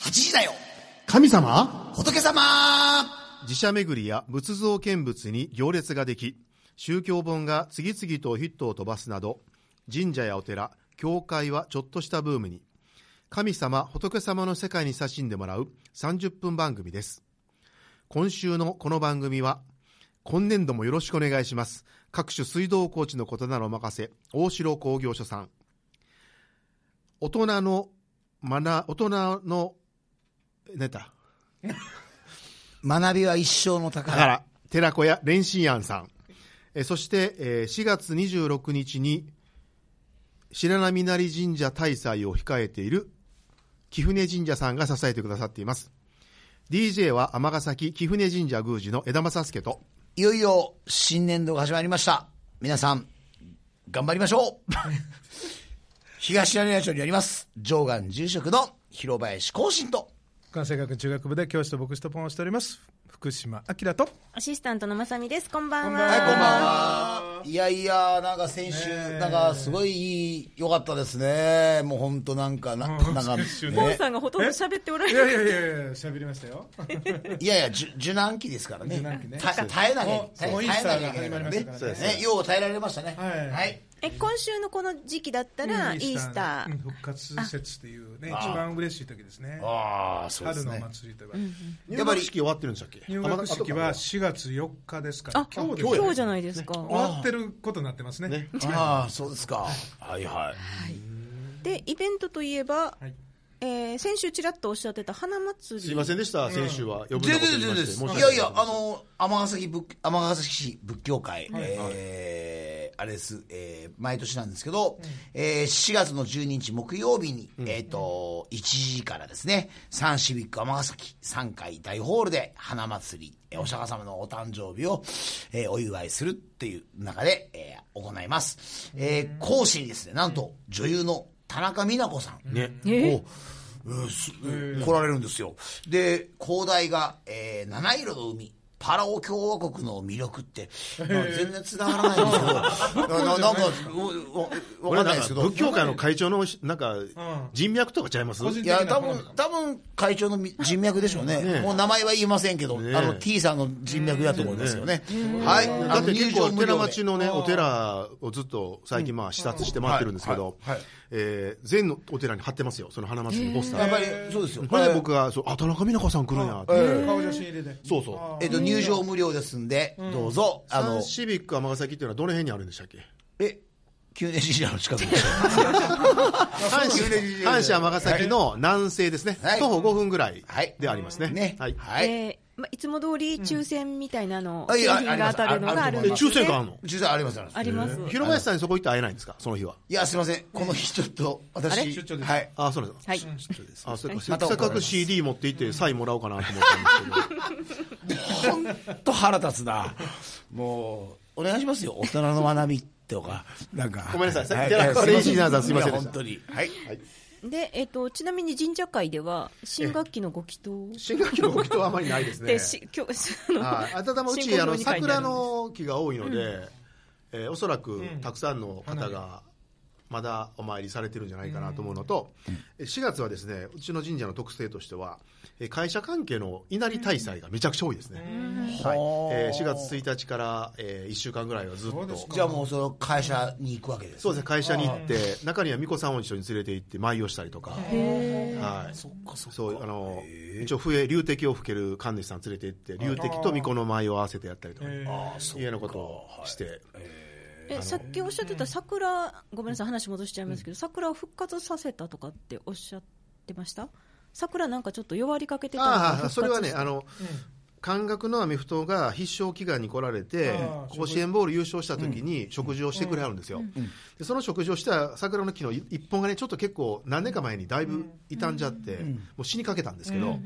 8時だよ神様仏様寺社巡りや仏像見物に行列ができ宗教本が次々とヒットを飛ばすなど神社やお寺教会はちょっとしたブームに神様仏様の世界に差しんでもらう30分番組です今週のこの番組は今年度もよろしくお願いします各種水道工事のことならお任せ大城工業所さん大人のマナー大人の何だ学びは一生のだ宝。から、寺子屋蓮心庵さん。えーそして、えー4月26日に、白波成神社大祭を控えている、貴船神社さんが支えてくださっています。DJ は尼崎貴船神社宮司の枝正助と、いよいよ新年度が始まりました。皆さん、頑張りましょう東成谷町にあります、上岸住職の広林浩信と、関西学院中学部で教師と牧師とポンをしております福島明とアシスタントのまさみです。こんばんは。はい、こんばんは。いやいや、なんか先週、なんかすごいいい良かったですね。もう本当なんか、ななんか、ね、ポンさんがほとんど喋っておられいる。やいやいやいや喋りましたよいやいや、じゅ受難期ですからね。受難期ねた耐えなきゃも、う耐えもうイン耐えスタなーきゃいがけないか始まらりまねしたからね。ね、よう耐えられましたね。はいはい。え、今週のこの時期だっ たら、イースタうんー。復活節というね一番嬉しい時ですねああ、そうで春すのおね。祭りといえばや入っぱり学式終わってるんでしたっけ入学式あはまだ後か4月4日ですからあ、今今日日ですじゃないですか。終わってることになってますねああ、そうですか。はいはい。で、イベントといえば、はいえー先週ちらっとおっしゃってた花祭り。すいませんでした、先週は。余分全なこと然全言いま然しです。て申しい訳やないや、あの、尼崎仏、尼崎市仏教会、えーあれです、えー毎年なんですけど、えー4月の12日木曜日に、えっ、と、1時からですね、サンシビック尼崎3階大ホールで花祭り、えーお釈迦様のお誕生日を、えーお祝いするっていう中で、えー行います。えー講師にですね、なんと女優の田中美奈子さん。ね。を、うんす来られるんですよ。で、広大が、えー七色の海。パラオ共和国の魅力って、まあ全然繋がらないんですけど、なななんか、ううわわか俺んなないんですけかど仏、教界の会長のなんか人脈とかちゃいます個人い的なや、多分、多分会長のみ人脈でしょうね。もう名前は言いませんけど、ねえあの T さんの人脈だと思いますよね。はい、だあっのて入結場構無寺料で町。のねお寺をずっと最近まあ視察して回ってるんですけど、えー全のお寺に貼ってますよその花祭りのポスタやっぱー。り、そうですよ。それで僕がそうあ田中美奈子さん来るんやって。顔写真入れでそうそえっと、入場無料ですんで、どうぞ、う。あの、シビック尼崎っていうのはどの辺にあるんでしたっけ？え、 宮殿神社の近くでしょ。阪神阪神尼崎の南西ですね。はい徒歩5分ぐらいはいでありますね。ね。はい。はえ。ーまいつも通り抽選みたいなの、うんあい景や品が当たるのがあるんえです、ね。抽選会あるの？実はありますありますあります。広林さんにそこ行って会えないんですかその日は？いや、すいません。この日ちょっと、あれ私、出張ですはい。あそうなんです。はい。あそれかせまったかく CD 持って行ってサインもらおうかなと思ったんですけど。本当腹立つな。もう、お願いしますよ。大人の学びとか、なんか。ごめんなさいは寺子はレイジーナーさんすいませんいやでし本た当に。はい。で、えっ、と、ちなみに神社会では、新学期のご祈祷。新学期の動きとはあまりないですね。で、し、今日、あの、はい、あただまあう進ち行あの表に書いてあ桜るんですの木が多いので、えーおそらくたくさんの方がまだお参りされてるんじゃないかなと思うのと、え4月はですねうちの神社の特性としてはえー会社関係の稲荷大祭がめちゃくちゃ多いですね、はいえー4月1日から、え1週間ぐらいはずっとそうですかじゃあもう、その会社に行くわけです。そうですね会社に行って中には巫女さんを一緒に連れて行って舞をしたりとか。はい、そそうあの一応笛流笛を吹ける神主さん連れて行って流笛と巫女の舞を合わせてやったりとか、えー家のことをして、えさっきおっしゃってた桜、ごめんなさい、話戻しちゃいますけど、桜を復活させたとかっておっしゃってました桜なんかちょっと弱りかけてたのがあ復あ活それはねあのの、感覚のアメフトが必勝祈願に来られてああ甲子園ボール優勝した時に食事をしてくれはるんですよ、でその食事をした桜の木の一本がねちょっと結構何年か前にだいぶ傷んじゃって、もう死にかけたんですけど、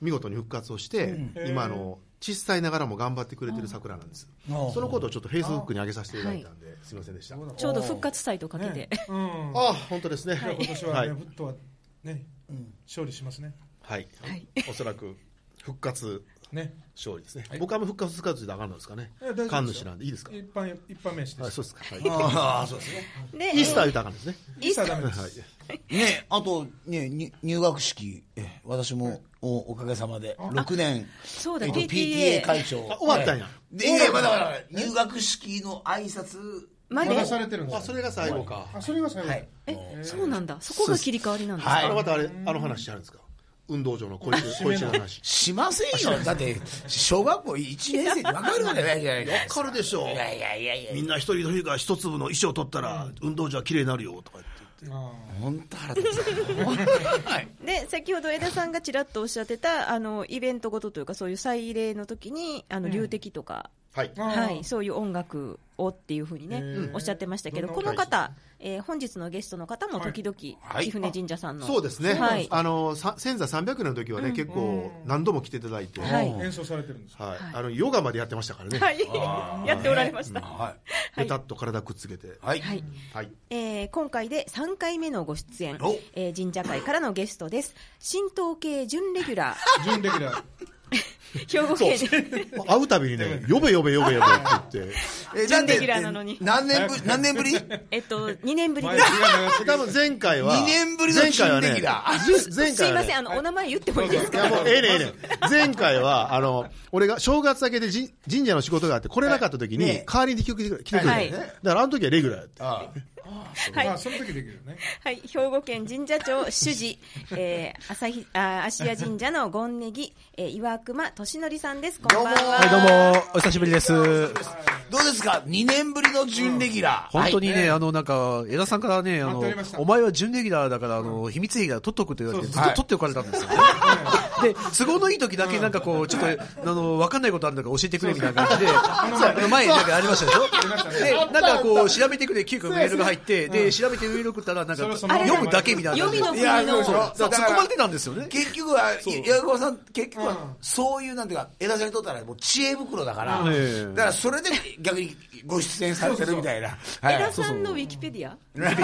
見事に復活をして、今あの小さいながらも頑張ってくれてる桜なんです、ああそのことをちょっとフェイスブックに上げさせていただいたんで、すみませんでした、ちょうど復活祭とかけて、ねうんああ本当ですね今年ははいねぶっとはね勝利しますねはい、おそらく復活ね勝利ですね。はい僕はあんま復活復活で上がるんですかねえ大丈夫。神主なんでいいですか。一般一般名詞です、はい、そうですか。はいああ、そうですね。でイースター言うたらあかんですね。イースターダメです、はい。ねあとね、に入学式、え私もおおかげさまで、6年、そうだえっと PTA PTA 会長。あ終わったんやはいで、いやいやまだまだ入学式の挨拶、ままでだされてるんですあ、それが最後か。あそれが最後、はい。えそうなんだそこが切り替わりなんですか、はいあれまたあれ、あの話あるんですか。運動場の小石、小石の話。しませんよ。だって、小学校1年生で分かるわけないじゃないですか。わかるでしょういやいやいやいや。みんな一人一人が一粒の石を取ったら、運動場は綺麗になるよとか言って。あ本当腹立つ。はいで先ほど江田さんがちらっとおっしゃってたあのイベントごとというかそういう祭礼の時にあの流敵とか、はい。ーあーはい、そういう音楽をっていうふうにねへーおっしゃってましたけどどんこなの方、えー本日のゲストの方も時々はい貴船神社さんの、そうですね。はいあの、さ千座300年の時はね、結構何度も来ていただいて。ははいい。ー演奏されてるんですあの、ヨガまでやってましたからね。はい、やっておられました、はペタッと体くっつけて。い。はい。はいはい。えー今回で3回目のご出演お、えー神社会からのゲストです神道系準レギュラ 準レギュラーー兵庫そう県で会うたびにね、呼べ呼べ呼べ呼べって言って。え準レギュラーなのに何年ぶり、何年ぶ り えっと2年ぶりぐ前ら髪いが長すぎ多る分前回は。二年ぶりの前回は準レギねュラ、前すい回はませんねあのお名前言ってもいいですいかやもうええねんええねん前回は、あの、俺が正月明けでじ神社の仕事があって来れなかった時はいにね、代わりに来てくれ来てくれたよねはだいからあの時はレギュラーやって。あはいまあその時できるよねはい、兵庫県神社庁主事、えー、朝日あー芦屋神社の権ネギ、えー、岩隈俊則さんです。こんばんは。はい、どうも、お久しぶりです。どうですか ?2 年ぶりの準レギュラー。本当にね、あの、なんか、江田さんからね、あ待っのておりました、お前は準レギュラーだから、あの、秘密兵器だ、取っとくと言われて、ずそうっそうと取っておかれたんですよね。で、都合のいい時だけ、なんかこう、ちょっと、あの、わかんないことあるんだから教えてくれみたいな感じで、あの前になんかありましたでしょで、なんかこう、調べてくれ、急遽メールが入って、で、調べて上の送ったら、なんかそれ、そのまま読むだけみたいな感じで。読みいやの国の。そう突っ込まれてたんですよね。結局は、矢川さん、結局は、そういう、なんていうか、枝さんにとったら、もう知恵袋だから、ええだからそれで逆にご出演されてるみたいな。江田う。さんのウィキペディア。です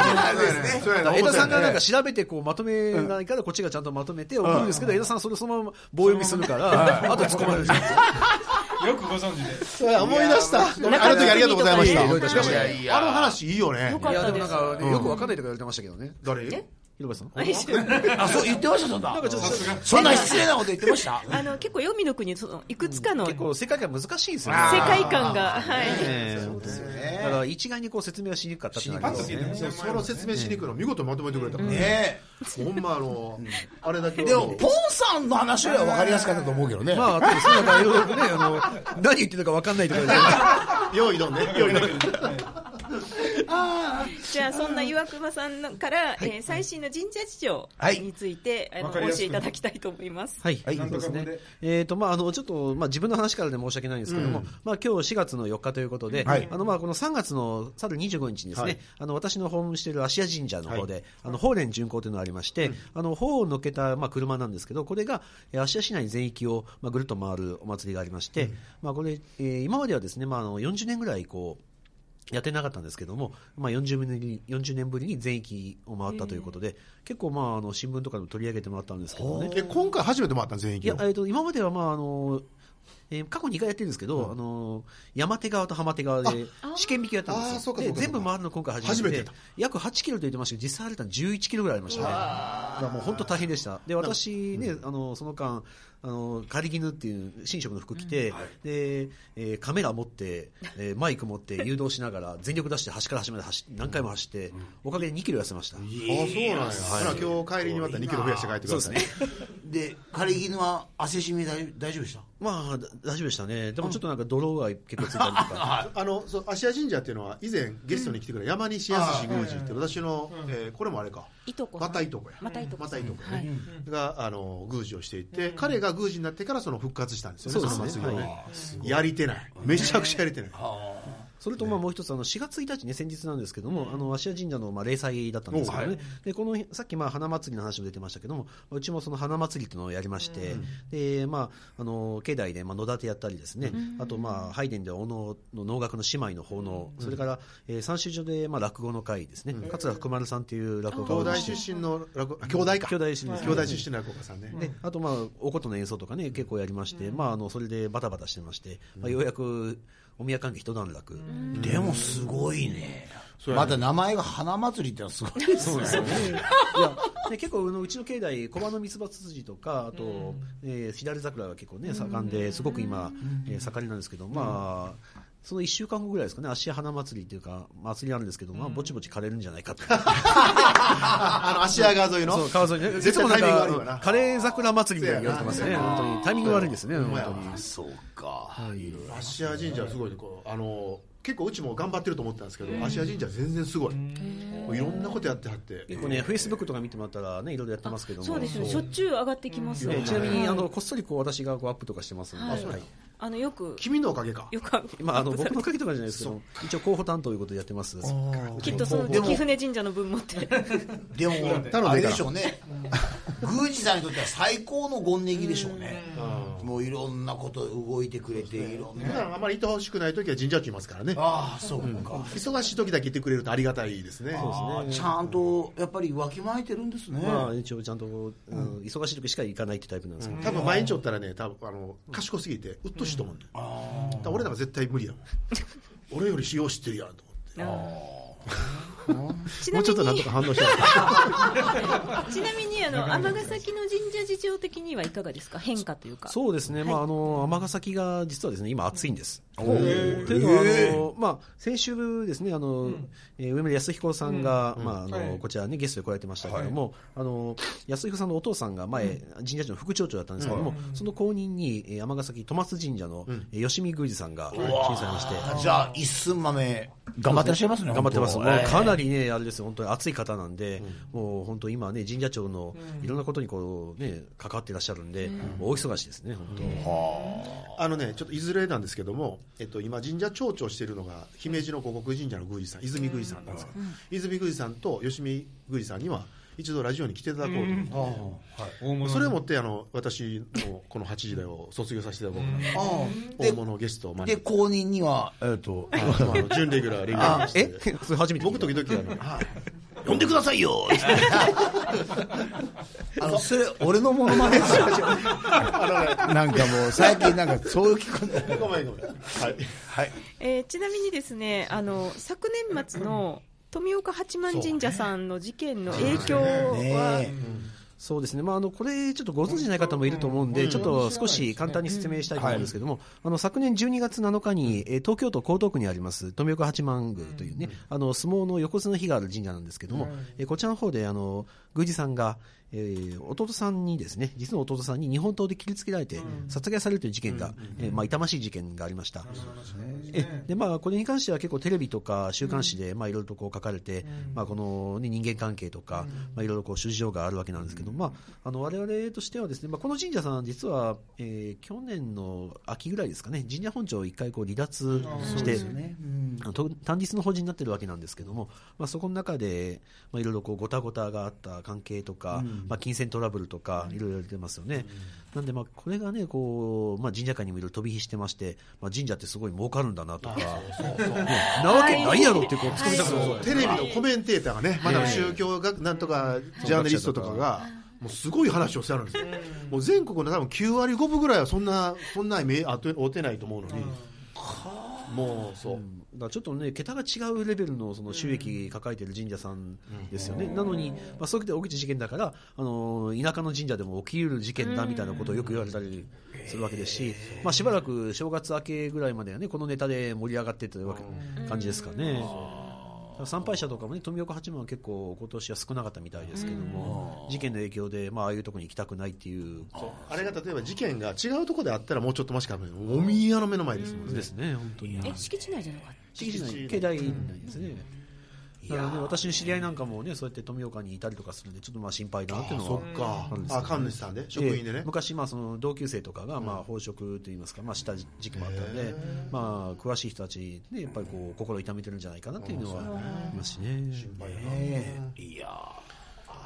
ね。そうやな江田さんがなんか調べてこうまとめないから、こっちがちゃんとまとめて送るんですけど、江田さんそれそのまま棒読みするから、あと突っ込まれる。よくご存知でそうや思い出した。ごめんあの時ありがとうございました。いやどういたしましていやいやあの話いいよね。よかいっや、たでもでなんす。か、ね、よくわかんないとか言われてましたけどね。誰広場さんあ、そう言ってました、そんな。ちょっとそんな失礼なこと言ってましたあの結構読みの国そのいくつかの結世構世界観難しいんですよあー界観がはい。ね。そうですよね。だから一概にこう説明はしにくかったっていうのはありますねそうその説明しに行くの見事まとめてくれたからね。ねほんまあの、あれだけえはでも、ポンさんの話よりは分かりやすかったと思うけどね。まあ、あとですね、なんかいろいろね、あの、何言ってるかわかんないとか言われて用意どんね。用意どんね。じゃあそんな岩隈さんのから、えー最新の神社事情はいについて、あのわおかりや教すくえいただきたいと思います。はい、はいそうですなんねとかここで。えっ、と、まあ、あの、ちょっと、まあ、自分の話からで申し訳ないんですけども、まあ、今日4月の4日ということで、はいあの、まあ、この3月の、去る25日にですね、はいあの、私の訪問している芦屋神社の方で、あの、法蓮巡行というのがありまして、あの、法を乗っけた、まあ、車なんですけど、これが、えー芦屋市内全域を、まあ、ぐるっと回るお祭りがありまして、まあ、これ、えー今まではですね、まあ、あの、40年ぐらい、こう、やってなかったんですけども、まあ、40, 年ぶり40年ぶりに全域を回ったということで、結構、まあ、あの新聞とかでも取り上げてもらったんですけどね、え、今回初めてもらったん全い域やを、。えっと、今までは、まあ、あの、えー過去2回やってるんですけど、あの、山手側と浜手側で試験引きをやったんあーですそうよ。かで、そうかそう全か部回るの今回初初めめててだ約8キロと言ってましたけど、実際あれたの11キロぐらいありましたね。だからもう本当大変でした。で、私ね、あの、その間、あの、仮絹っていう新色の服着て、で、えーカメラ持って、えーマイク持って誘導しながら、全力出して端から端まで走何回も走って、おかげで2キロ痩せました。あ、そうなんや。ほら今日帰りにまた2キロ増やして帰ってください。で、枯れ絹は汗染み大大丈夫でしたまあ、だ大丈夫でしたね。でもちょっとなんか泥が結構ついたりとか。あのそう芦屋神社っていうのは以前ゲストに来てくれた山西康神宮寺って私の、えーこれもあれかいとこさんまたいとこやまたいとこまさたんいとこやねがあの宮司をしていて、彼が宮司になってからその復活したんですよねそうそですのね祭りをねはやりてないめちゃくちゃやりてないそれとまあもう一つ、あの4月1日ね、先日なんですけども、あの芦屋神社のまあ例祭だったんですけどね、おはいでこのさっきまあ花祭りの話も出てましたけども、うちもその花祭りというのをやりまして、でまあ、あの境内でまあ野立てやったりですね、あとまあ拝殿ではお能の能楽の姉妹の奉納、それから、えー、三州所でまあ落語の会ですね、桂福丸さんという落語東家大出身の落語、兄弟か。兄弟出身です兄弟出身の落語家さんね。であと、まあ、お琴の演奏とかね、結構やりまして、まあ、あのそれでバタバタしてまして、まあ、ようやくお宮関係一段落、でもすごいね。まだ名前が花祭りってのはすごいですね。いやで結構あのうちの境内小葉の三つ葉ツツジとかあと、えー、左桜が結構ね盛んですごく今、えー盛りなんですけど、まあその1週間後ぐらいですかね芦屋花祭りっていうか祭りあるんですけど、まあ、ぼちぼち枯れるんじゃないかと、あの、芦屋川沿いの。そう川沿いね絶対タイミング悪いいつもわなんなか枯れ桜祭りみたいに言われてますね本当にタイミング悪いですね本当に。そうか。芦屋神社はすごいねこうあの結構うちも頑張ってると思ってたんですけど芦屋神社全然すごいもういろんなことやってはって結構ね、フェイスブックとか見てもらったらね、いろいろやってますけども。そうですよね。しょっちゅう上がってきますよでね。ちなみに、はいあの、こっそりこう、私がこうアップとかしてますので、はいはいあのよく君のおかげかよくあるまあ、あの、僕の鍵とかじゃないですけど、一応候補担当いうことでやってます。きっとそのでも貴船神社の分持って。でも、頼むあれでしょうね。宮司さんにとっては最高のゴンネギでしょうね。もういろんなこと動いてくれて、いろん普な。段あまりいてほしくない時は神社長いますからねああ、そうか。忙しい時だけ行ってくれるとありがたいですねあーちゃんと、やっぱりわきまえてるんですね。まあ、一応ちゃんとこう、うん忙しい時しか行かないってタイプなんですけど。多分毎日おったらね多分あの賢すぎてうっとうしいと思うんだよだから俺なんか絶対無理やもん俺より使用知ってるやんと思ってちもなうちょっとみなんにとか反応したら ちなみにあの尼崎の神社事情的にはいかがですか変化というか。そうですね、まあ、あの、尼崎が実はですね、今暑いんです。というのは、あの、まあ、先週ですね、あの、えー上村康彦さんが、まあ、あの、こちらね、ゲストで来られてましたけども、あの、康彦さんのお父さんが前、神社長の副町長だったんですけども、その後任に、えー尼崎戸松神社の、えー吉見宮司さんが、支援されまして、あじゃあ、一寸豆、頑張ってらっしゃいますね。頑張ってます。も本う当かなりね、あれですよ、本当に熱い方なんで、もう本当今ね、神社長のいろんなことにこう、ね、関わってらっしゃるんで、もう大忙しですね、本当。あのねちょっといずれなんですけども、えっと、今神社長長しているのが姫路の護国神社の宮司さん泉宮司さんなんですけど、泉宮司さんと吉見宮司さんには一度ラジオに来ていただこうと思って、大物それをもってあの私のこの8時代を卒業させていただこうかなああ大物ゲストをで、招いで、て後任には、えっと、あのあの準レギュラーレギュラーあに、してえ それ初めて聞い僕た時々あのはい呼んでください よあの、それ、俺のもの まねですよ。なんかもう、最近なんか、そういう聞こえごめんごめんはいはい。えーちなみにですねあの昨年末の富岡八幡神社さんの事件の影響は、ねそうですね、まあ、あのこれ、ちょっとご存じない方もいると思うんで、ちょっと少し簡単に説明したいと思うんですけども、あの昨年12月7日に、えー東京都江東区にあります富岡八幡宮というね、あの相撲の横綱の日がある神社なんですけども、えーこちらの方であの宮司さんが、えー弟さんにですね、実の弟さんに日本刀で切りつけられて殺害されるという事件が、えーまあ、痛ましい事件がありました。えでまあ、これに関しては結構テレビとか週刊誌でまあいろいろとこう書かれて、まあ、この、ね、人間関係とか、まあ、いろいろこう諸事情があるわけなんですけど、まあ、あの我々としてはですね、まあ、この神社さん実は、えー去年の秋ぐらいですかね神社本庁を一回こう離脱して、あのと単立の法人になってるわけなんですけども、まあ、そこの中で、まあ、いろいろこうごたごたがあった関係とか、まあ、金銭トラブルとか、いろいろ出てますよね。なんで、まあ、これがね、こう、まあ、神社界にもいろいろ飛び火してまして、まあ、神社ってすごい儲かるんだなとか、ねなわけないやろってこう、突き出すそうテレビのコメンテーターがね、まだはい宗教学なんとかジャーナリストとかが、もうすごい話をしてあるんですよ、もう全国の多分9割5分ぐらいはそんな、そんなに目当て追てないと思うのに、もうそう、だからちょっとね、桁が違うレベルのその収益抱えてる神社さんですよね、なのに、まあ、そういうことで起きた事件だから、あの田舎の神社でも起きうる事件だみたいなことをよく言われたりするわけですし、まあ、しばらく正月明けぐらいまではね、このネタで盛り上がってというわけ感じですかね。参拝者とかもね、富岡八幡は結構今年は少なかったみたいですけども、事件の影響で、まあ、ああいうところに行きたくないっていうこあれが例えば事件が違うところであったら、もうちょっとマシかもしれないお宮の目の前ですもんとねで。すね、本当に。え敷地内じゃなかった敷地内、境内内ですね。なので、私の知り合いなんかもね、そうやって富岡にいたりとかするんで、ちょっとまあ心配だなっていうのは。かうんあ神主さんで職員でね昔、まあ、その同級生とかが、まあ、飽食といいますか、まあ、した時期もあったので、まあ、詳しい人たちで、やっぱりこう、心を痛めてるんじゃないかなっていうのは、いますしね。ねえいや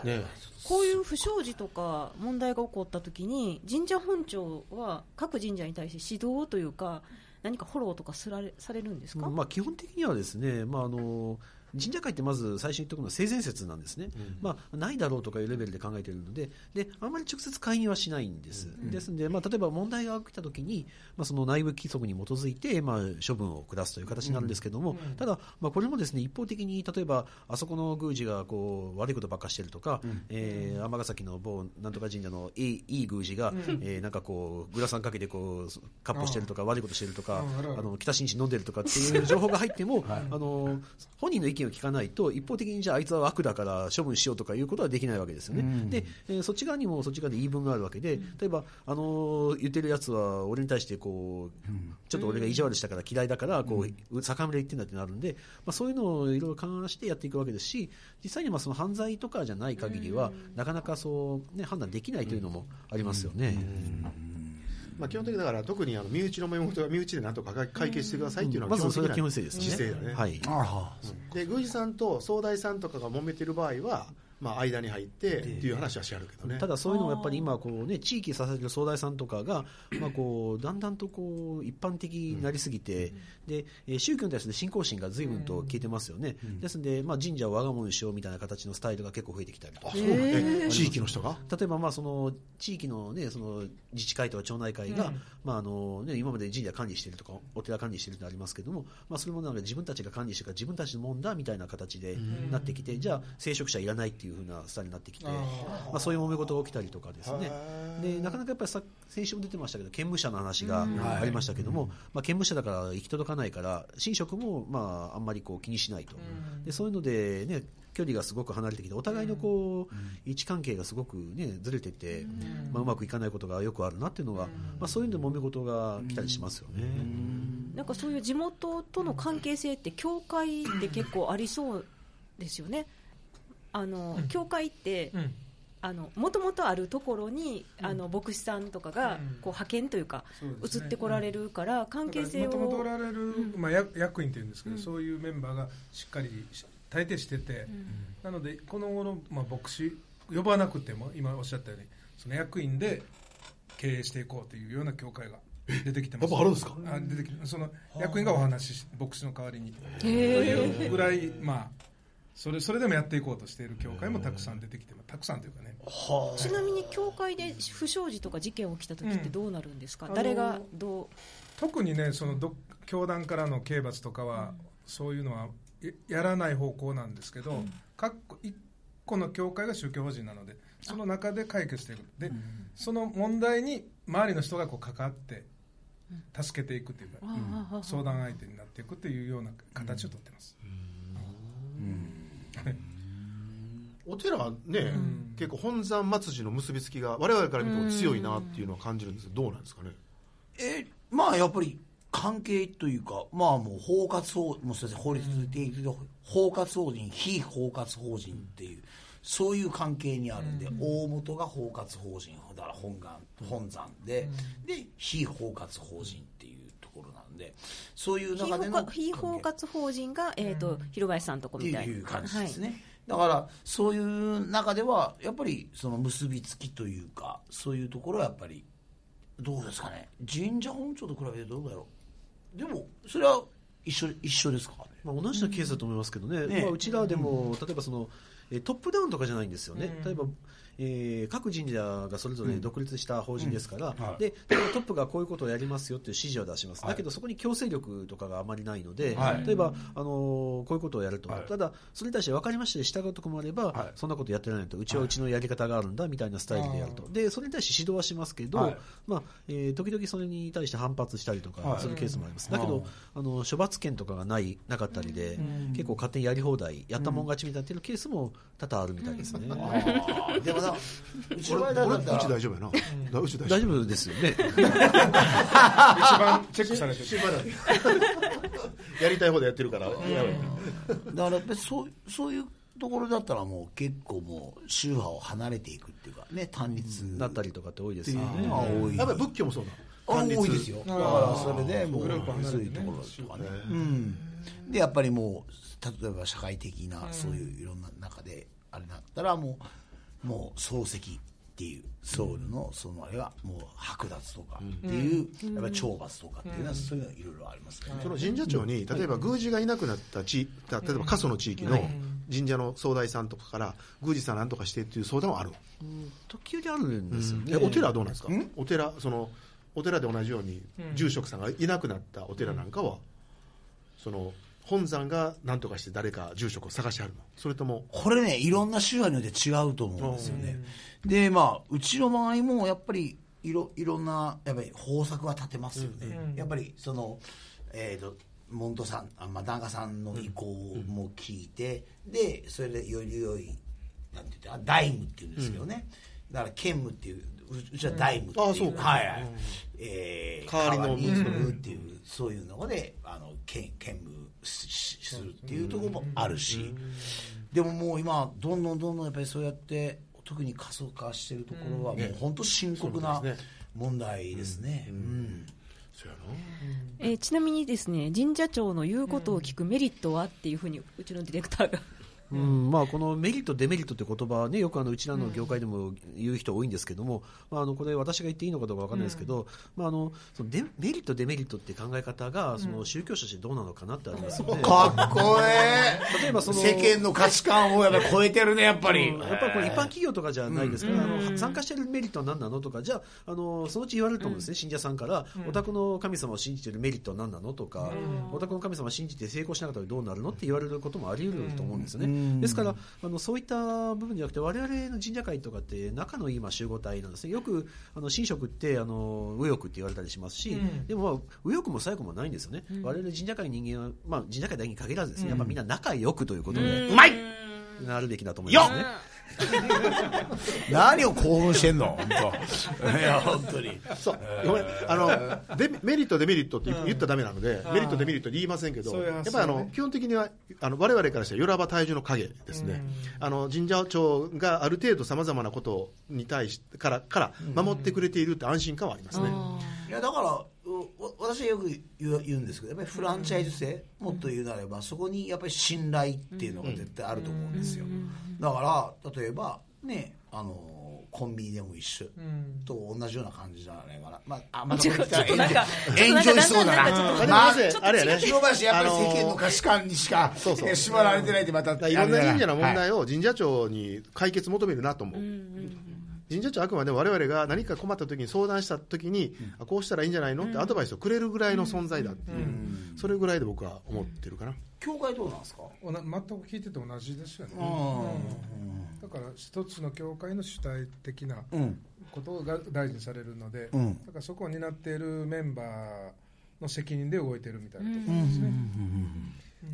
ねこういう不祥事とか問題が起こったときに神社本庁は各神社に対して指導というか何かフォローとかすられされるんですか、まあ、基本的にはですね、まあ、あの神社会ってまず最初に言っておくのは性善説なんですね、まあ、ないだろうとかいうレベルで考えているのでで、あまり直接介入はしないんです、ですので、まあ、例えば問題が起きたときに、まあ、その内部規則に基づいて、まあ、処分を下すという形になるんですけども、ただ、まあ、これもですね一方的に例えば、あそこの宮司がこう悪いことばっかしてるとか、えー尼崎の某なんとか神社のいいいい宮司が、えーなんかこう、グラサンかけてこう、カッポしてるとか、悪いことしてるとか、あの北新地飲んでるとかっていう情報が入って も、あの本人の意見を聞かないと、一方的にじゃあ、あいつは悪だから処分しようとかいうことはできないわけですよね、でえーそっち側にもそっち側で言い分があるわけで、例えば、あの言ってるやつは、俺に対してこう、ちょっと俺が意地悪したから嫌いだから、こう酒村で言ってんだってなるんで、まあ、そういうのをいろいろ勘案してやっていくわけですし、実際にまあその犯罪とかじゃない限りは、なかなかそう、ね、判断できないというのもありますよね。まあ、基本的にだから特にあの身内の揉め事は身内でなんとか解決してくださいっていうのはまずそれが基基本本性で的すなね。姿勢だね、はい。あで宮司さんと総大さんとかが揉めてる場合は、まあ、間に入ってっていう話はしあるけどねただそういうのもやっぱり今こう、ね、地域支えてる総大さんとかが、まあ、こうだんだんとこう一般的になりすぎて、でえー宗教に対する信仰心が随分と消えてますよね、ですので、まあ、神社を我が物にしようみたいな形のスタイルが結構増えてきたりとあかそうなんだえ地域の人が例えばまあその地域の,、ね、その自治会とか町内会が、まああのね、今まで神社管理してるとかお寺管理してるってありますけども、まあ、それもなんか自分たちが管理してるから自分たちのもんだみたいな形でなってきて、じゃあ聖職者いらないっていうふうなスタイルになってきて、まあ、そういう揉め事が起きたりとかですねでなかなかやっぱりさ先週も出てましたけど兼務者の話がありましたけども、まあ、兼務者だから行き届かないから神職もまああんまりこう気にしないと。でそういうのでね距離がすごく離れてきてお互いのこう、位置関係がすごく、ね、ずれてて、うまあ、うまくいかないことがよくあるなっていうのが、まあ、そういうので揉め事が来たりしますよね。なんかそういう地元との関係性って教会って結構ありそうですよね。あの教会って、うんあのもともとあるところに、あの牧師さんとかうがんこう派遣というか、そうです移ねってこられるから関係性もともとおをられる、まあ、役役員というんですけど、そういうメンバーがしっかりし大抵してて、なのでこの後の、まあ、牧師呼ばなくても今おっしゃったようにその役員で経営していこうというような教会が出てきてますやっぱあるんですかあ出てきその役員がお話しし牧師の代わりにというぐらいまあそれそれでもやっていこうとしている教会もたくさん出てきてますたくさんというかねちなみに教会で不祥事とか事件起きた時ってどうなるんですか、誰あがのどう特にねそのど教団からの刑罰とかは、そういうのはややらない方向なんですけど、各個一個の教会が宗教法人なのでその中で解決していくで、その問題に周りの人がこう関わって助けていくというか、相談相手になっていくというような形をとってます、お寺はね、結構本山末寺の結びつきが我々から見ても強いなっていうのは感じるんですけどどうなんですかねえまあやっぱり関係というかまあもう包括法もう先生法律で言うと包括法人非包括法人っていうそういう関係にあるんで、大元が包括法人だから本願本山で、で非包括法人っていうところなんでそういう非中での包括非包括法人が、えーと広林さんのとこってみたいな。いう感じですはいね、だからそういう中ではやっぱりその結びつきというかそういうところはやっぱりどうですかね神社本庁と比べてどうだろうでもそれは一緒一緒ですかねまあ、同じようなケースだと思いますけどね、ねまあ、うちらでも、例えばそのえートップダウンとかじゃないんですよね、例えば、えー各神社がそれぞれ独立した法人ですから、で例えばトップがこういうことをやりますよっていう指示を出します、だけどそこに強制力とかがあまりないので、はい例えば、あのーこういうことをやると、ただ、それに対して分かりましたで従うとこもあれば、はいそんなことやってないと、うちはうちのやり方があるんだみたいなスタイルでやると、でそれに対して指導はしますけど、はいまあえー時々それに対して反発したりとかするケースもあります。はいだけど、うんあの処罰権とかがないなかったりで、結構勝手にやり放題やったもん勝ちみたいになってるケースも多々あるみたいですね、あーでもだなうちの間だ俺っうちたら大丈夫やなだうち大丈大丈夫ですよね。一番チェックされてる。夫やりたい方でやってるからやばいだからやっぱりそうそういうところだったらもう結構もう宗派を離れていくっていうかね単立なったりとかって多いですよっていうのはね。多いやっぱり仏教もそうだ多単立いですよだからそれでもうグループ離れそてうねいうところとかねうんでやっぱりもう例えば社会的なそういういろんな中であれだったらもうもう漱石っていうソウルのそのあれはもう剥奪とかっていうやっぱり懲罰とかっていうのはそういうのいろいろありますよねその神社長に例えば宮司がいなくなった地域例えば過疎の地域の神社の総大さんとかから宮司さんなんとかしてっていう相談はある時折あるんですよね。えお寺はどうなんですかお寺そのお寺で同じように住職さんがいなくなったお寺なんかはその本山が何とかして誰か住職を探してあるのそれともこれねいろんな宗派によって違うと思うんですよね、でまあうちの場合もやっぱりいろいろんなやっぱり方策は立てますよね、やっぱりそのえーと門徒さんあ、まあ、旦那さんの意向も聞いて、でそれでより良いなんて言ってダイムっていうんですけどね、だから兼務っていうううちはダイムっていう,、あそうかはいはい、えー、代わりの代に産むっていう、そういうのであの兼兼務ししするっていうところもあるし、でももう今どんどんどんどんやっぱりそうやって特に過疎化してるところはもう本当深刻なそうですね問題ですね。うんそうやえーちなみにですね神社長の言うことを聞くメリットはっていうふうにうちのディレクターがうんまあ、このメリット、デメリットって言葉はね、よくあのうちらの業界でも言う人多いんですけども、まあ、あのこれ、私が言っていいのかどうかわからないですけど、まあ、あのそのデメリット、デメリットって考え方が、その宗教者としてどうなのかなってありますよね。かっこええ例えばその世間の価値観をやっぱり超えてるねやっぱり、やっぱりこれ一般企業とかじゃないですから、あの参加してるメリットは何なのとか、じゃあ、あのそのうち言われると思うんですね、信者さんから、お宅の神様を信じてるメリットは何なのとか、お宅の神様を信じて成功しなかったらどうなるのって言われることもあり得ると思うんですよね。ですから、あのそういった部分じゃなくて、我々の神社会とかって、仲のいいまあ集合体なんですね、よくあの神職ってあの右翼って言われたりしますし、でも、まあ、右翼も左翼もないんですよね、我々神社会人間は、まあ、神社会だけに限らずですね、やっぱみんな仲良くということで、うまいなるべきだと思いますね。何を興奮してんの本 当いや本当になそうごめんあのでメリットデメリットって言ったらダメなのでメリットデメリットって言いませんけどそういうやっぱ発り想あねの基本的にはあの我々からしたらよらば体重の影ですねあの神社長がある程度さまざまなことに対してからから守ってくれているって安心感はありますねいやだからうわ私はよく言う言うんですけどやっぱりフランチャイズ制、もっと言うなればそこにやっぱり信頼っていうのが絶対あると思うんですよ、だから例えばねあのコンビニでも一緒と同じような感じじゃないかな、まあ、あまだこれちょっとなんか炎上しそうだなちょっとなんかまちょっとあれやね広林やっぱり世間の価値観にしかそうそうえ縛られてないってまただからいろんな神社の問はい題を神社長に解決求めるなと思う。神社長はあくまで我々が何か困った時に相談した時に、あこうしたらいいんじゃないのってアドバイスをくれるぐらいの存在だっていう、それぐらいで僕は思ってるかな、教会どうなんですかおな全く聞いてて同じですよね。だから一つの教会の主体的なうんことが大事にされるので、うんだからそこを担っているメンバーの責任で動いてるみたいなところですね。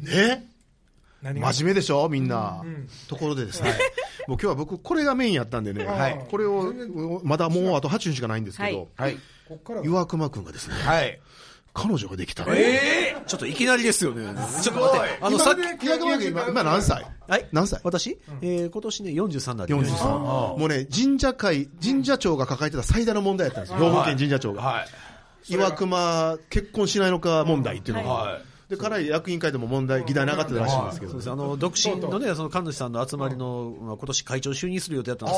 ね何が真面目でしょみんな、んところでですね、もう今日は僕これがメインやったんでね、はいこれをまだもうあと8分しかないんですけど、はいここからは岩隈君がですねはい彼女ができた、ちょっといきなりですよね。ちょっと待って。あの、さっき、岩隈君今今何歳はい何歳私、えー今年ね、43なんで。 43もうね、神社会、神社長が抱えてた最大の問題だったんですよ、兵庫県神社長が。はい岩隈結婚しないのか問題っていうのが、はいでかなり役員会でも問題、議題に上がってたらしいんですけど、そうですあの独身のね、その神主さんの集まりの、まあ今年会長就任する予定だったんで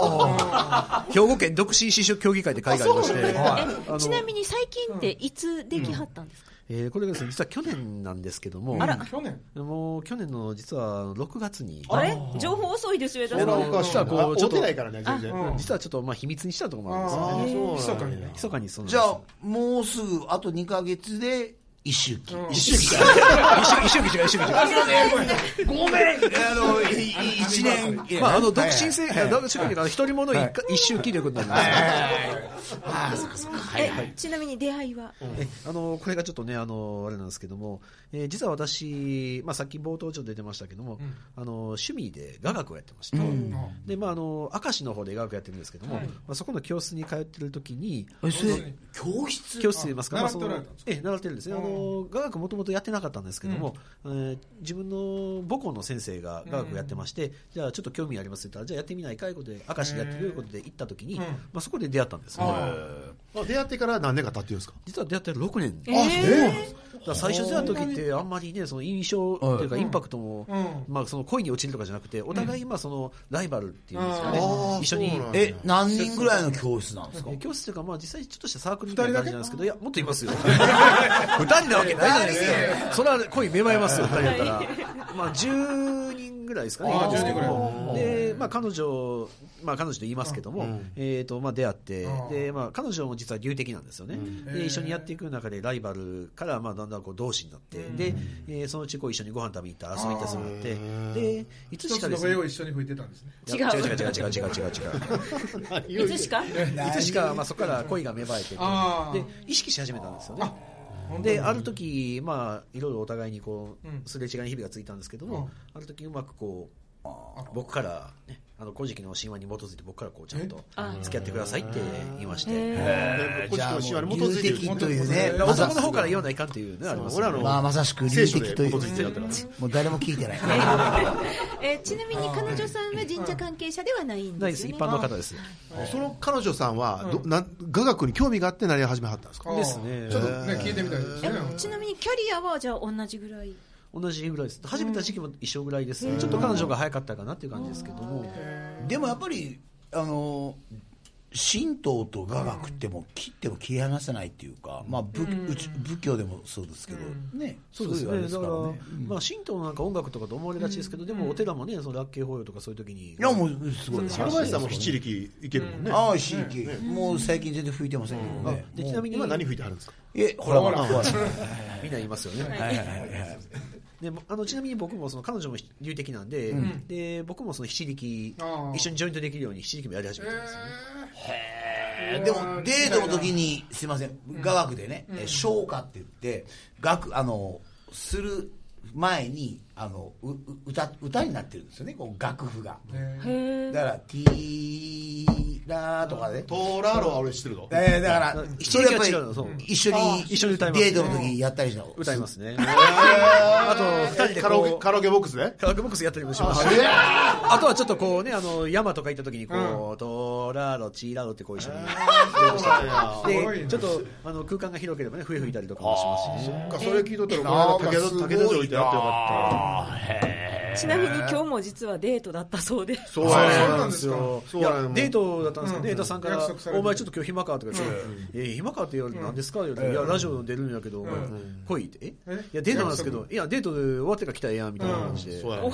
すけど、兵庫県独身支所協議会って会がありまして、えちなみに最近っていつできはったんですか、えーこれがですね、実は去年なんですけども、去年もう去年の実は6月に、あれ情報遅いですよ、江田俺さはんおかしいな、あこうち追ょっっとてないからね、全然。実はちょっとまあ秘密にしたところもあるんですよね。ああ、密かにね。密かにそのじゃあ、もうすぐ、あと2ヶ月で、一周期。一周期一周期違う、一周期違う。ごめんあの、いい一年。まあ、あの独身制、独身制だけど、一人者一回一周期ということになりますね。はいああ、そっかそっか。はいはえい。ちなみに出会いは、えあのこれがちょっとね、あのあれなんですけども、えー実は私、まあ、さっき冒頭ちょっと出てましたけども、うんあの趣味で雅楽をやってまして、でまあ、あの明石の方で雅楽やってるんですけども、まあ、そこの教室に通ってる時に、え、それ、教室教室でいますか、あまあその習っておられたんですええ習ってるんですね、あの雅楽もともとやってなかったんですけども、えー自分の母校の先生が雅楽やってまして、じゃあちょっと興味ありますって言ったら、じゃあやってみないかいうことで、明石でやってみようということで行った時に、うんまあ、そこで出会ったんですよ、あ出会ってから何年か経ってるんですか実は出会って6年えーだから最初出会う時ってあんまりねその印象というかインパクトも、うまあ、その恋に落ちるとかじゃなくてお互い今そのライバルっていうんですかね、あー一緒にそうなんだえ、何人ぐらいの教室なんですかえ教室というか、まあ、実際ちょっとしたサークルみたいな感じなんですけどいやもっといますよ 二人なわけないじゃないですかそれは恋芽生えますよ二人だったら、まあ、10人ぐらいですかねあー今のとこ10ろ人ぐらいで、まあ、彼女、まあ、彼女と言いますけども、うんえーとまあ、出会ってうんで、まあ、彼女も実は流的なんですよね、へーで一緒にやっていく中でライバルから、まあ、だんだんこう同志になって、でえーそのうちこう一緒にご飯食べに行った遊びに行ったそうになってでいつ一しかつでのす笛ねを一緒に吹いてたんですね。いや違う違う違う違う違う違う違ういつしかいつしか、まあ、そこから恋が芽生えてあーで意識し始めたんですよね。である時、まあ、いろいろお互いにこう、うんすれ違いに日々がついたんですけども、うんある時うまくこう僕から、ね「あの古事記」の神話に基づいて僕からこうちゃんと付き合ってくださいって言いまして、 えーじゃあ、古事記の神も話うに基流づいてる的というね、だから男の方から言わないかんっていうねありますよね俺らのまあ、まさしく流的とい聖書で基づいてるんだからう。もう誰も聞いて ない。えーちなみに彼女さんは神社関係者ではないんなでいですすよ一ね般の方ですその彼女さんはど、なん雅楽に興味があってなり始めはったんですかあーですねちょっとね、聞いてみたいですね。えちなみにキャリアはじゃあ同じぐらい同じぐらいです始めた時期も一緒ぐらいです、ちょっと彼女が早かったかなっていう感じですけども、でもやっぱり、あの、神道と雅楽ってもう切っても切り離せないっていうか、まあ、仏うち仏教でもそうですけど、ね、そうですいあれね、だでかすら、からね。まあ、神道のなんか音楽とかと思われがちですけど、でもお寺もね、その楽器法要とかそういう時に、いや、もう、すごい。アルバイスさんも七力いけるもんね、ああ、神経。もう最近全然吹いてませんけどね。でちなみに今何吹いてはるんですかえ、ほらほら、ほら。みんな言いますよね。であのちなみに僕もその彼女も流的なんで,、で僕もその七力あー一緒にジョイントできるように七力もやり始めたんですよね、えーでもデートの時にすいません雅楽でねえー昇華って言って楽あのする前にあのうう歌歌になってるんですよねこう楽譜がだから「ティーラー」とかねトラロは俺知ってるのえーだからそれやっぱり一緒に違うのそう一緒に一緒に歌いますデートの時にやったりしたの歌いますねああと二人でカラオケこうカラオケボックスでカラオケボックスやったりもしましたあとはちょっとこうねあの山とか行った時にこう、トラロチラロってこう一緒にすごいでなちょっとあの空間が広ければね笛吹いたりとかもしますし、それ聞いとったらこの間武田武田城行ってやってよかっちなみに今日も実はデートだったそうでたそうそうやなんねですか。そういややねデートだったんですけど、デートさんから約束され「てお前ちょっと今日暇か?」とか言って「えー暇か?」って言われて「何ですか?」って言われて「いやラジオ出るんやけど恋ってええいやデートなんですけどいやデートで終わってから来たらええやん」みたいな感じでそうやね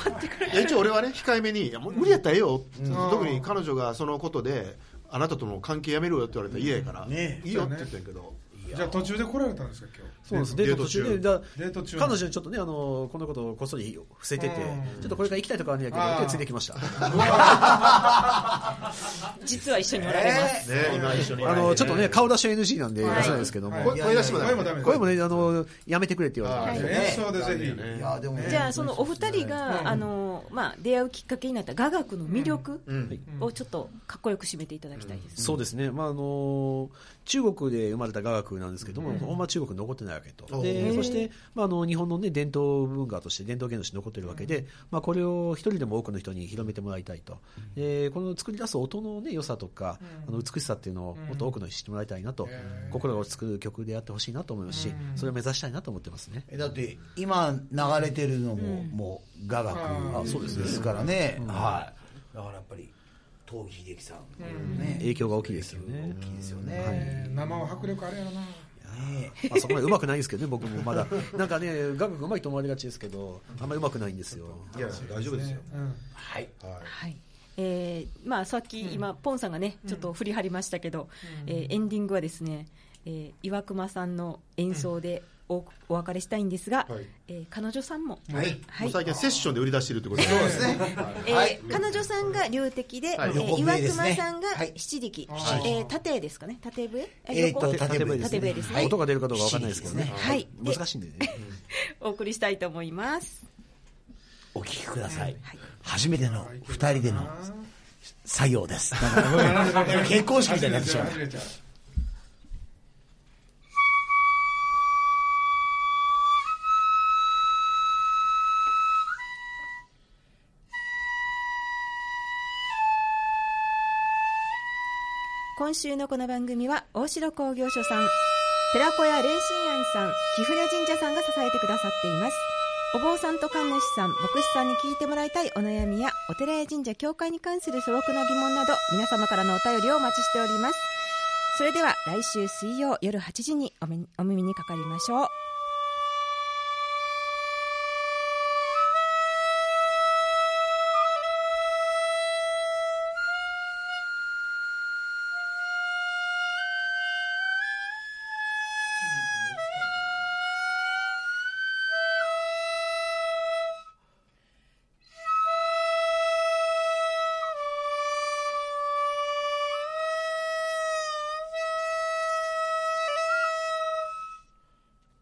いや一応俺はね控えめにいやもう無理やったらええよって特に彼女がそのことであなたとの関係やめろよって言われたら嫌やからねいいよって言ってんけどじゃあ途中で来られたんですか、今日。そうなんですデート途中でだデート中彼女にちょっとねあのこのことをこっそり伏せててうんちょっとこれから行きたいとこあるんやけどってついてきました 実は一緒におられます、ね今一緒にあのちょっとね顔出しは NG なんで出せないですけどはいも声声出しもダメ声もダメ声もねあのやめてくれって言われてはい演奏でぜいやでもじゃあそのお二人が、あのまあ、出会うきっかけになった雅楽の魅力をちょっとかっこよく締めていただきたいです、そうですね、まああの中国で生まれた雅楽なんですけども、ほんま中国に残ってないわけと、でそして、まあ、あの日本の、ね、伝統文化として、伝統芸能として残ってるわけで、まあ、これを一人でも多くの人に広めてもらいたいと、でこの作り出す音の、ね、良さとか、あの美しさっていうのをもっと多くの人に知ってもらいたいなと、心が落ち着く曲であってほしいなと思いますし、それを目指したいなと思ってますね。えだって今流れてるのも、もう雅楽ですからね、はいだからやっぱり東秀樹さんのね、影響が大きいですよね大。きいですよね、ひ。生は迫力あれやろな。ねまあ、そこまで上手くないですけどね、僕もまだ。なんかね、雅楽上手いと思われがちですけど、あんまり上手くないんですよ。いや大丈夫ですようん。はいはいえーまあ、さっき今、ポンさんがねちょっと振り張りましたけど、えーエンディングはですね、えー岩隈さんの演奏で、おお別れしたいんですが、はいえー彼女さんも、はいはもうい最近はセッションで売り出しているってことでそうですね。えーはい。彼女さんが龍敵で、はいえー横笛岩ですね隈さんがはい七力、はいえー縦ですかね縦笛えっと、横縦笛ですね。縦笛ですねはい音が出るかどうかわかんないですけどねはいで難しいんでね。お送りしたいと思います お聞きください。初めての二人での作業です。 結婚式みたいになってしまう。れちゃう今週のこの番組は大城工業所さん寺子屋蓮心庵さん貴船神社さんが支えてくださっていますお坊さんと神主さん牧師さんに聞いてもらいたいお悩みやお寺や神社教会に関する素朴な疑問など皆様からのお便りをお待ちしておりますそれでは来週水曜夜8時にお目にお耳にかかりましょう